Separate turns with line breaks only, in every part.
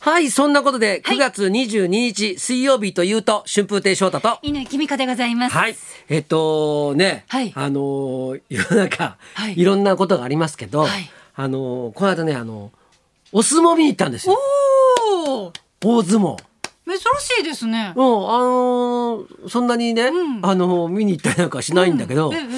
はい、そんなことで、9月22日、水曜日というと、春風亭昇太と、
犬木美香でございます。
はい。えっとね、
はい
あのー世の中、
はい
い、ろんなことがありますけど、
はい
あのーこの間ね、あのお相撲見に行ったんですよ。
おお、
大相撲。
珍しいですね。
うん、あのーそんなにね、
うん
あのー見に行ったりなんかしないんだけど、
うんうんうん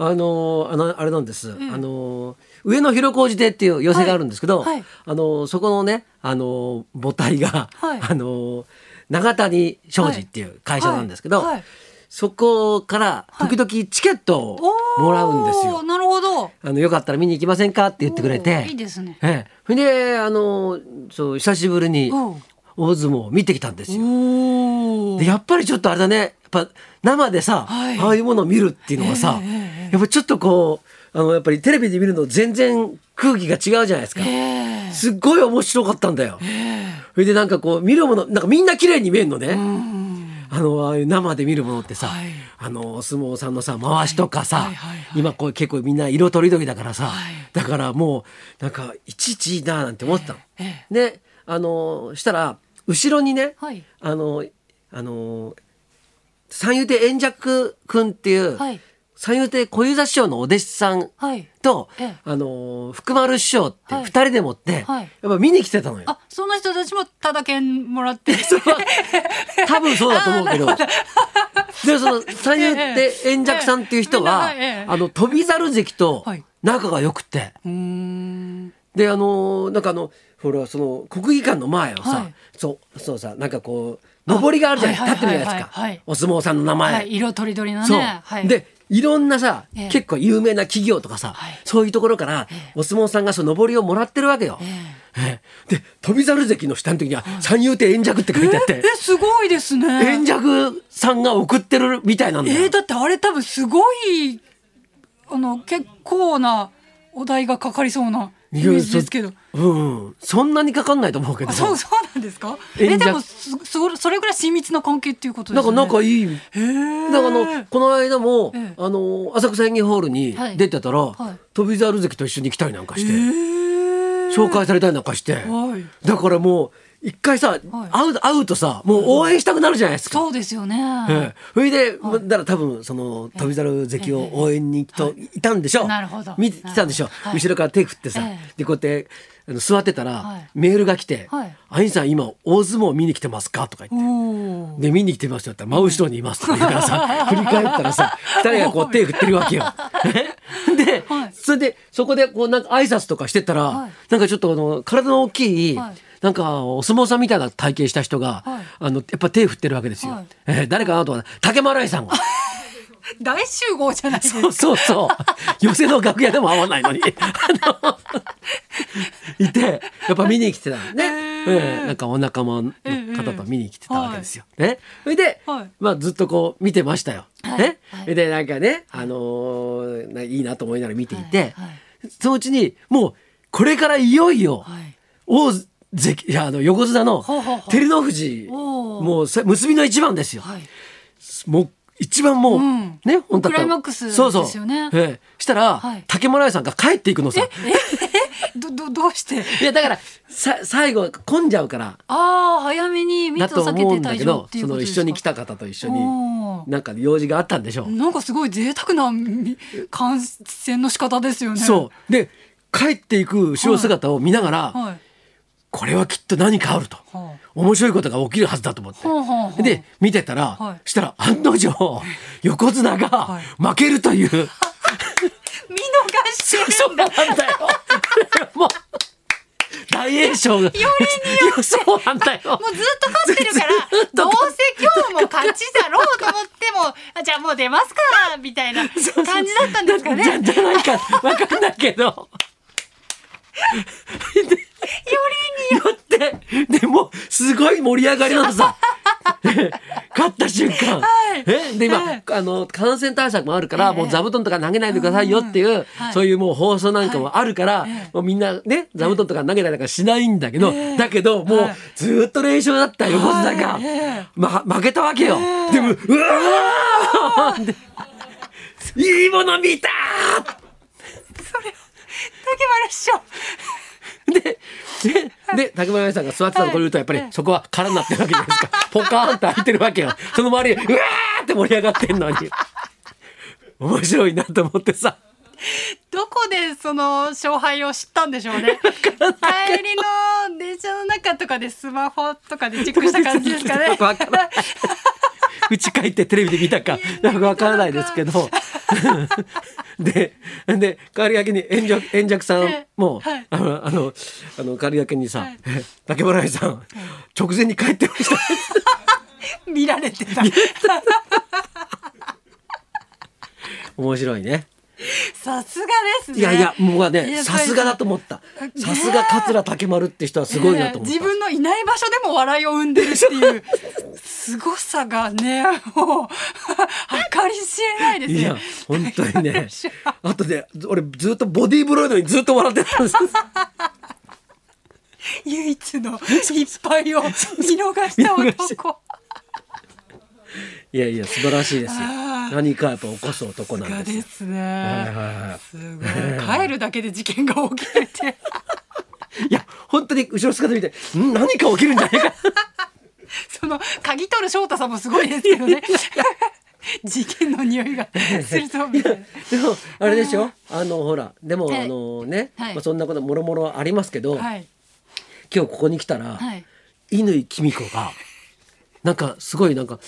あのーあのあれなんです、あのー上野広小路亭っていう寄席があるんですけど、
はいはい
あのーそこのね、あのー母体が、
はい
あのー永谷商事っていう会社なんですけど、
はいはい
そこから時々チケットをもらうんですよ。
おーなるほど。
あのよかったら見に行きませんかって言ってくれ
お
て
ーいいですね
ええ、それであのそう久しぶりに
おう
大相撲を見てきたんですよ。
おお
で。やっぱりちょっとあれだねやっぱ生でさ、
はい
ああいうものを見るっていうのがさ、
えええ
やっぱちょっとこうあのやっぱりテレビで見るの全然空気が違うじゃないですか。
え
すっごい面白かったんだよ。それでなんかこう見るものなんかみんな綺麗に見えるのね。あのああいう生で見るものってさ、
はい
あのお相撲さんのさ回しとかさ、
はいはいはい
今こう結構みんな色とりどりだからさ、
はい
だからもうなんかいちいちいいななんて思ってたの。
ええ
であのしたら後ろにね、
はい
あのあの三遊亭円尺君っていう、
はい
三遊亭小遊三師匠のお弟子さん
はい。
と、
ええ
あの福丸師匠って
はい
2人でもって、
はい
やっぱ見に来てたのよ。
あ、その人たちもただ券も らって。
多分そうだと思うけど。でその三 遊亭円尺さんっていう人は、
ええええ
あの飛猿関と
はい
仲が良くて、
うーん。
であのなんかあのほらその国技館の前をさ、
はい
そうそうさなんかこう上りがあるじゃない
はい
立ってるじゃないです
はいは
か
いはいはい
お相撲さんの名前、
はい、色とりどりの
そう、
ね。はい。
でいろんなさ、
ええ
結構有名な企業とかさ、
はい
そういうところからお相撲さんがその上りをもらってるわけよ、
え
ええで飛猿関の下の時には「三遊亭円尺」って書いてあって。
え、すごいです
円
ね。
尺さんが送ってるみたいなんだよ。
えー、だってあれ多分すごい。あの、結構なお題がかかりそうなイメージですけど。
うん、そんなにかかんないと思うけど。
あそうそうなんですか。
え
え
じゃあ
でもすそそれぐらい親密な関係っていうことで
なん
すよ
か
ね。
仲いい。
へえ。
なんかあのこの間も、
ええ
あの浅草演芸ホールに
はい
出てたら、
はい
飛猿関と一緒に来たりなんかして、
へえ。
紹介されたりなんかして、
はい
だからもう一回さ、会う会うとさもう応援したくなるじゃないですか。
そうですよね。
ええそれで、まだから多分その飛猿関を応援にといたんでしょう、
なるほど
見てきたんでしょう、
なるほどはい
後ろから手振ってさ、
ええ
でこうやってあの座ってたら、
はい
メールが来て
はい
「アインさん今大相撲見に来てますか?」とか言って。
おお。
で見に来てますよって言ったら真後ろにいますとか言うから さ振り返ったらさ二人がこう手振ってるわけよ。 で、
はい
それでそこでこうなんか挨拶とかしてたら、
はい
なんかちょっとあの体の大きい、
はい
なんかお相撲さんみたいな体型した人が、
はい
あのやっぱ手振ってるわけですよ。
はい
えー誰かなと思ったら竹丸愛さんが
大集合じゃないですか。
そう そうそう寄席の楽屋でも会わない のにあのいてやっぱ見に来てたのね、
へー
ええなんかお仲間の方と見に来てたわけですよ。ですよね、それで、
はい
まあずっとこう見てましたよ。
はい
ね、
はい
それでなんかね、あのーないいなと思いながら見ていて、
はいは
そのうちにもうこれからいよいよ
はい
大関、いやあの横綱の
ほうほうほう
照ノ富士、
おー
もうさ結びの一番ですよ。
はい。
もう一番もう、
ん
ね本当だったら
クライマックスです
そう
よね
そうええしたら、
はい
竹村屋さんが帰っていくのさ。
えどどどうして。
いやだからさ最後混んじゃうから。
ああ早めに
だ
密
と
を避け
思う
て
んだ
退
け
場っ
ど
てい
そう
こ
の
とで
一
すか。
緒に来た方と一緒
お
に
ー
なんか用事があったんでしょう。
なんかすごい贅沢なみ感染の仕方ですよね。
そうで帰っていく後ろ姿を見ながら、
はい。
これはきっと何かあると、
はあ
面白いことが起きるはずだと思って、
はあはあはあ
で見てたら、
はい
したら案の定横綱が
はい
負けるという、
見逃して
そう
るん
な
だ。
んだ よもう大栄翔がよりによって そうなんだよ
もうずっと勝ってるから
ずっ、と
どうせ今日も勝ちだろうと思っても、あじゃあもう出ますか、みたいな感じだったんですかね。
じ
よ
ゃじゃないかわかんないけど
り
よってでもうすごい盛り上がりなの さ勝った瞬間、えで今、
はい
あの感染対策もあるから、
ええ
もう座布団とか投げないでくださいよっていう、
はい
そういうもう放送なんかもあるから、
はいええ
もうみんなね座布団とか投げたりなんかしないんだけど、
ええ
だけどもう
はい
ずーっと連勝だった横綱が、
はいええ
ま、負けたわけよ。
ええ
でもうわーでいいもの見たー
に、それ、竹丸師匠。
で、で、で竹村さんが座ってたところ言うとやっぱりそこは空になってるわけじゃないですか ポカーンと開いてるわけよその周りうわーって盛り上がってんのに面白いなと思ってさ
どこでその勝敗を知ったんでしょうね。帰りの電車の中とかでスマホとかでチェックした感じですかね。
わからないうち帰ってテレビで見たかなんかわからないですけどでで代わりがけに円尺円尺さんも、
はい
あのあのあの代わりがけにさ、
はい
え竹村愛さん、直前に帰ってました
見られてた。
面白いね
さすがですね。
いやいや僕はね
やっぱ
さ
り
すがだと思った
ね
さすが桂竹丸って人はすごいなと思った、
自分のいない場所でも笑いを生んでるっていう凄さがねもう計り知れないですね
いや本当に ねあとで俺ずっとボディーブロイドにずっと笑ってたんです
唯一の一 杯を見逃した
見逃し
男
いやいや素晴らしいですよ
あー
何かやっぱ起こす男なん
が
ですよ
です
はいはい
ね
はい
すごい帰るだけで事件が起きるって
いや本当に後ろ姿見てん何か起きるんじゃ ないか
その鍵取る翔太さんもすごいですけどね 事件の匂いがするぞみたいな。
でもあれでしょあのほらでも
はい
あのね、
はい
まあ、そんなこともろもろありますけど、
はい
今日ここに来たら
はい
乾きみ子がなんかすごいなんか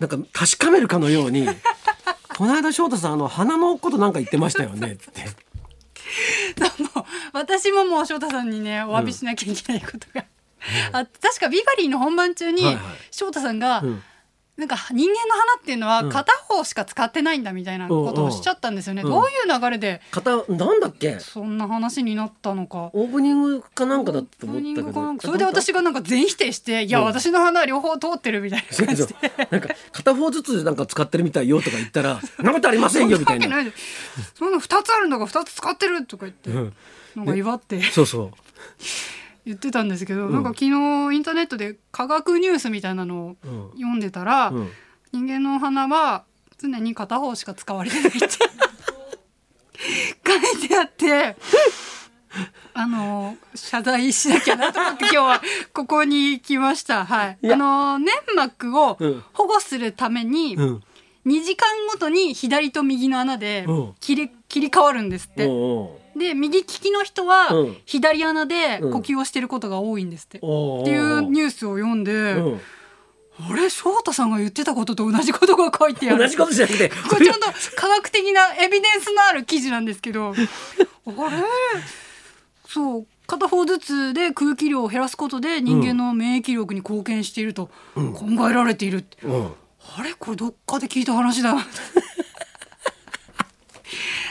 なんか確かめるかのように「この間翔太さんあの鼻のことなんか言ってましたよね」って
その私ももう翔太さんにねお詫びしなきゃいけないことが、あ確かビバリーの本番中に、
はいはい
翔太さんが、
うん
なんか人間の花っていうのは
ん
片方しか使ってないんだみたいなことをおっしゃったんですよね、
うんうん
どういう流れで
片なんだっけ
そんな話になったのか。
オープニングかなんかだったと思
オープニ
っ
ン
た
グ
け
かなん
ど
かそれで私がなんか全否定して「いや
うん
私の花は両方通ってる」みたい
そ
な
う
感
そ
じ
う
で
なんか片方ずつなんか使ってるみたいよとか言ったら「そんなことありませんよ」みたい
そん
な。
なわけないでそんな2つあるんだから2つ使ってるとか言って、
うん
なんか祝って
そうそう
言ってたんですけど、なんか昨日インターネットで科学ニュースみたいなのを
うん
読んでたら、
うん
人間のお花は常に片方しか使われてないって書いてあってあの謝罪しなきゃなと思って今日はここに来ました。はい、
いや
あの粘膜を
うん
保護するために、
うん
2時間ごとに左と右の穴で
うん
切り切り替わるんですって。
おう
で右利きの人は
うん
左穴で呼
うん
吸をしてることが多いんですって。
おうおう
っていうニュースを読んで、
うん
あれ翔太さんが言ってたことと同じことが書いてある
同じことじゃなくて
これちゃんと科学的なエビデンスのある記事なんです けどあれそう片方ずつで空気量を減らすことで人間の免疫力に貢献していると考えられているって、
うん
あれこれどっかで聞いた 話だ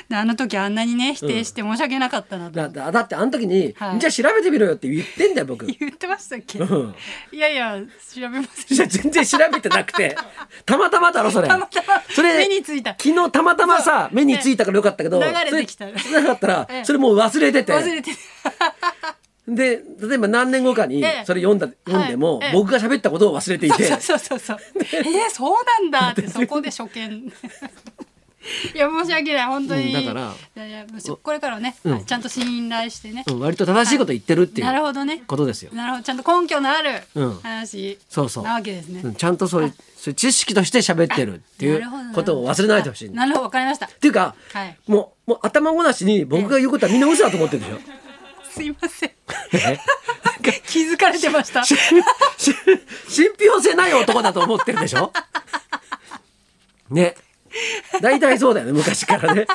であの時あんなにね否定して申し訳なかったなと
だだだってあの時に、
はい
じゃあ調べてみろよって言ってんだよ僕。
言ってましたっけ、
うん
いやいや調べませ
い
ん
や全然調べてなく てたまたまだろそれ
たまたま
それ
目についた
昨日たまたまさ
そう
目についたからよかったけど
流れてきた
それそれなかったら
ええ
それもう忘れてて
忘れてた
で例えば何年後かに
ええ
それ読んだ読んでも
ええ
僕が喋ったことを忘れていて
そうそうそうそう。えー、そうなんだってそこで初見。 いや申し訳ない本当に、
うんだから
いやいやこれからはね、
うん
ちゃんと信頼してね、
うん割と正しいこと言ってるってい
なる
う
ほどね
ことですよ。
なるほどちゃんと根拠のある
うん
話、
そうそう
なわけですね、
うんちゃんとそういうそういう知識として喋ってるってい
な
う
るほどな
ことを忘れないでほしい。っ
なるほどわかりました
ていうか、
はい
もうもう頭ごなしに僕が言うことはみんな嘘だと思ってるでしょ。
すいません
え
気づかれてました
しし 信憑性ない男だと思ってるでしょね大体そうだよね昔から ね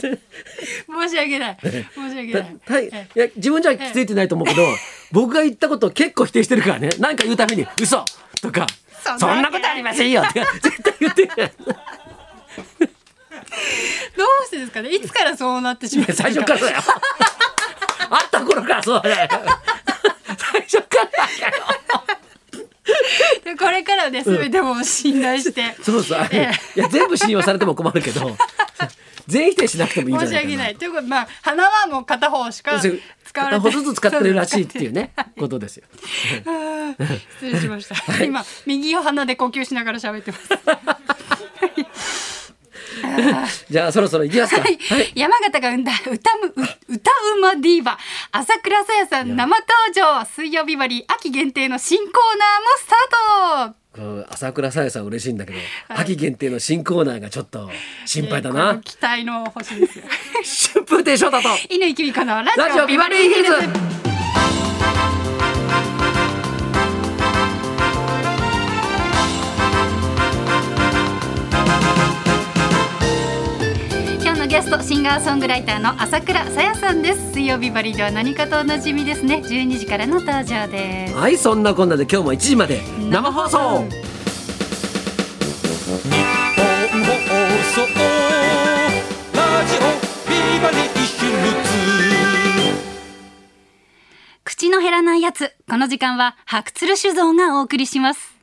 申し訳ない申し訳
だ
ない
はいい
え
や自分じゃ気づいてないと思うけど僕が言ったことを結構否定してるからね何か言うために「嘘とか「
そ
そん
んなわけ
なことありませんよ」って絶対言ってる
どうしてですかねいつからそうなってしまったの
最初から だよあった頃からそうだよ最初からだよ
でこれからね全ても信頼して、
そうそうあれ
え
いや全部信用されても困るけど全否定しなくてもいいんじゃ
申
な
し
いかな
訳ない。ということで、まあ、花はもう片方しか
そ
使
うで
わ
す片
れてない。
方ずつ使ってるらしいっていうねことですよ。
そうです。失 礼しました。今、右を鼻で呼吸しながら喋ってます。
じゃあそろそろ行きますか。
はい、山形が生んだ歌むう歌うまディーバ朝倉さやさん生登場水曜日バリ秋限定の新コーナーもスタート
この朝倉さやさん嬉しいんだけど、秋限定の新コーナーがちょっと心配だ
えーこ
な
の。期待の星ですよ
春風亭昇太と
犬井美香
ラ
のラ
ジ
ジ
オ
オ
ビ
ビ
バ
バ
リー
リー
ヒ
ヒ
ル
ル
ズ
ズ。今日のゲストシンガーソングライターの朝倉さやさんです水曜日バリーでは何かとおなじみですね12時からの登場です
はいそんなこんなで今日も1時まで生放送
生
本
放送
放送ラジオビバリーヒルズ」
口の減らないやつこの時間は白鶴酒造がお送りします